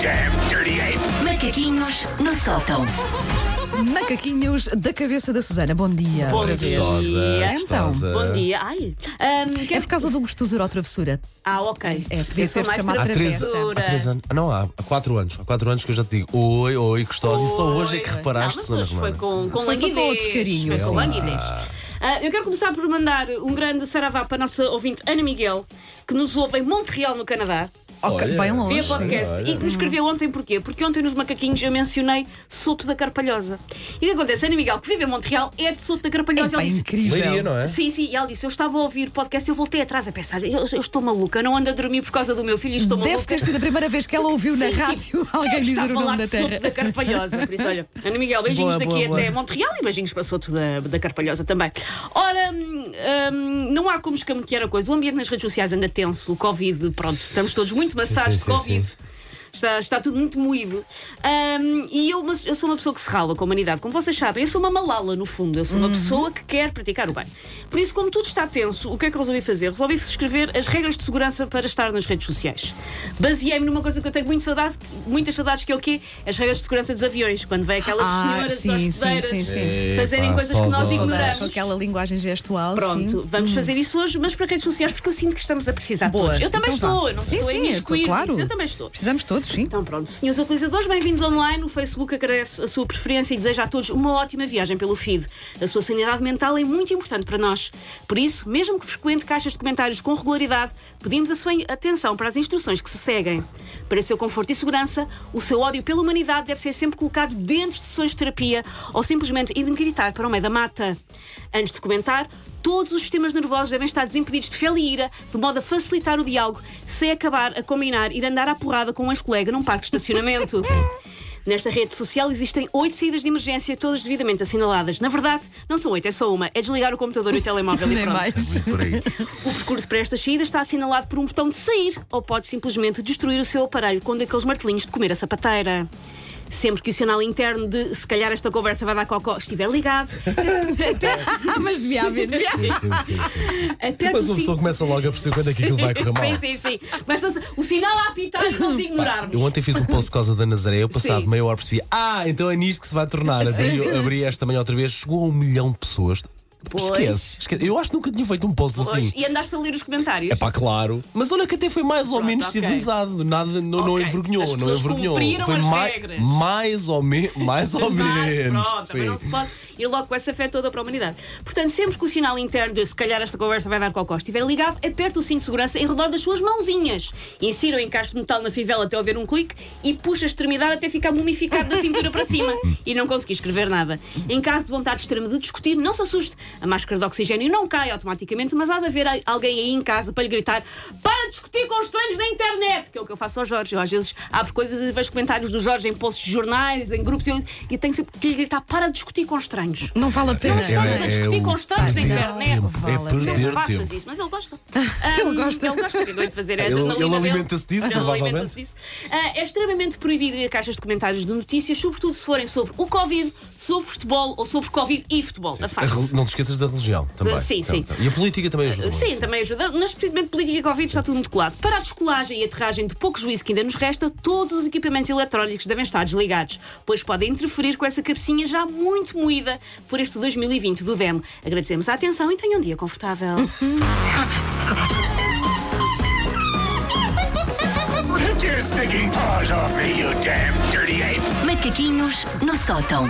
damn dirty ape! Macaquinhos no sótão. Macaquinhos da cabeça da Susana. Bom dia. Bom dia. dia. Então, bom dia. Ai. ahm, É quero- por causa do gostosura ou travessura. Ah, ok. É, podia Eu sou ser mais chamado travessura. Há três- travessura. Há três anos. Ah, Não, há há quatro anos. Há quatro anos que eu já te digo oi, oi, gostosa. E só hoje é que reparaste, Não, Susana mas hoje foi Romana. com, com Foi- foi com languidez. outro carinho, Foi com sim, languidez. Ah, eu quero começar por mandar um grande saravá para a nossa ouvinte Ana Miguel, que nos ouve em Montreal, no Canadá. Ok, Olha, Vê bem longe. a podcast olha. e que me escreveu ontem porquê? Porque ontem nos macaquinhos eu mencionei Souto da Carpalhosa. E o que acontece? Ana Miguel, que vive em Montreal, é de Souto da Carpalhosa. Epá, Ela disse, incrível. Leiria, não é? Sim, sim, e ela disse: Eu estava a ouvir podcast e eu voltei atrás a pensar: Eu, eu estou maluca, eu não ando a dormir por causa do meu filho, e estou Deve maluca. ter sido a primeira vez que ela ouviu na Sim, rádio tipo, alguém quem é que está dizer o a falar nome da de Soto terra. da Carpalhosa. Por isso, olha, Ana Miguel, beijinhos Boa, daqui boa, até boa. Montreal e beijinhos para Soto da, da Carpalhosa também. Ora, hum, hum, não há como escamotear a coisa. O ambiente nas redes sociais anda tenso, o Covid, pronto, estamos todos muito maçados sim, de Covid. sim. Está, está tudo muito moído. Hum, e eu, mas eu sou uma pessoa que se rala com a humanidade. Como vocês sabem, eu sou uma malala, no fundo. Eu sou Uhum. uma pessoa que quer praticar o bem. Por isso, como tudo está tenso, o que é que eu resolvi fazer? Resolvi escrever as regras de segurança para estar nas redes sociais. Baseei-me numa coisa que eu tenho muito saudade, muitas saudades, que é o quê? As regras de segurança dos aviões. Quando vem aquelas Ah, senhoras sim, sim, hospedeiras sim, sim. fazerem Epá, coisas que nós saudades. Todas, Com ignoramos. aquela linguagem gestual. Pronto, sim. Hum. vamos fazer isso hoje, mas para redes sociais, porque eu sinto que estamos a precisar Boa. todos. Eu também Então estou, vá. eu não Sim, estou a sim, eu estou, imiscuir-me, claro. eu também estou. Precisamos todos, sim. Então pronto, senhores utilizadores, bem-vindos online. O Facebook agradece a sua preferência e deseja a todos uma ótima viagem pelo feed. A sua sanidade mental é muito importante para nós. Por isso, mesmo que frequente caixas de comentários com regularidade, pedimos a sua atenção para as instruções que se seguem. Para seu conforto e segurança, o seu ódio pela humanidade deve ser sempre colocado dentro de sessões de terapia ou simplesmente indo gritar para o meio da mata. Antes de comentar, todos os sistemas nervosos devem estar desimpedidos de fel e ira, de modo a facilitar o diálogo, sem acabar a combinar ir andar à porrada com um ex-colega num parque de estacionamento. Nesta rede social existem oito saídas de emergência, todas devidamente assinaladas. Na verdade, não são oito, é só uma. É desligar o computador e o telemóvel e Nem pronto. mais. Muito por aí. O percurso para estas saídas está assinalado por um botão de sair ou pode simplesmente destruir o seu aparelho com um daqueles martelinhos de comer a sapateira. Sempre que o sinal interno de se calhar esta conversa vai dar cocó estiver ligado, Ah, mas devia haver. devia haver. Sim, sim, sim, sim, sim. até Mas que a o pessoa sin- começa logo a perceber quando é que aquilo vai correr mal. Sim, sim, sim. Mas o- o sinal a apitar e não se ignorarmos. Eu ontem fiz um post por causa da Nazaré. Eu passado Sim. meia hora percebi, ah, então é nisto que se vai tornar. Abri, eu abri esta manhã outra vez, chegou a um milhão de pessoas. Pois. Esquece, esquece. Eu acho que nunca tinha feito um post Pois, assim. e andaste a ler os É comentários. pá, claro. Mas olha que até foi mais ou Pronto, menos ok. civilizado. Nada, não, não Ok. envergonhou. As não pessoas envergonhou. cumpriram Foi as mai- regras. mais ou, me, mais ou menos. Pronto, também não se pode ir logo com essa fé toda para a humanidade. Portanto, sempre que o sinal interno de se calhar esta conversa vai dar cocó estiver ligado, aperte o cinto de segurança em redor das suas mãozinhas. Insira o encaixe de metal na fivela até haver um clique e puxa a extremidade até ficar mumificado da cintura para cima e não conseguir escrever nada. Em caso de vontade extrema de discutir, não se assuste. A máscara de oxigênio não cai automaticamente, mas há de haver alguém aí em casa para lhe gritar para de discutir com estranhos na internet, que é o que eu faço ao Jorge. Eu às vezes abro coisas e vejo comentários do Jorge em posts de jornais, em grupos, e eu, e tenho sempre que lhe gritar para de discutir com estranhos. Não vale a pena. Não é- estás a discutir o com estranhos na perder internet. tempo, Vale a um é pena. Não perder faças tempo. isso, mas ele gosta. Ele Ahm, gosta. Ele gosta, tem doido de fazer é a Ele- adrenalina ele dele. alimenta-se disso, Ele provavelmente. alimenta-se disso. Ah, é extremamente proibido ir a caixas de comentários de notícias, sobretudo se forem sobre o Covid, sobre futebol ou sobre Covid e futebol. A Afaste-se. rel- Não te esqueças da religião também. Sim, Então, sim. então. E a política também ajuda. muito, Sim, também ajuda. Mas precisamente política e Covid está tudo muito colado. Para a descolagem e aterragem de pouco juízo que ainda nos resta, todos os equipamentos eletrónicos devem estar desligados, pois podem interferir com essa cabecinha já muito moída por este 2020 do DEM. Agradecemos a atenção e tenham um dia confortável. Take your stinking paws off me, you damn dirty ape! Macaquinhos no sótão.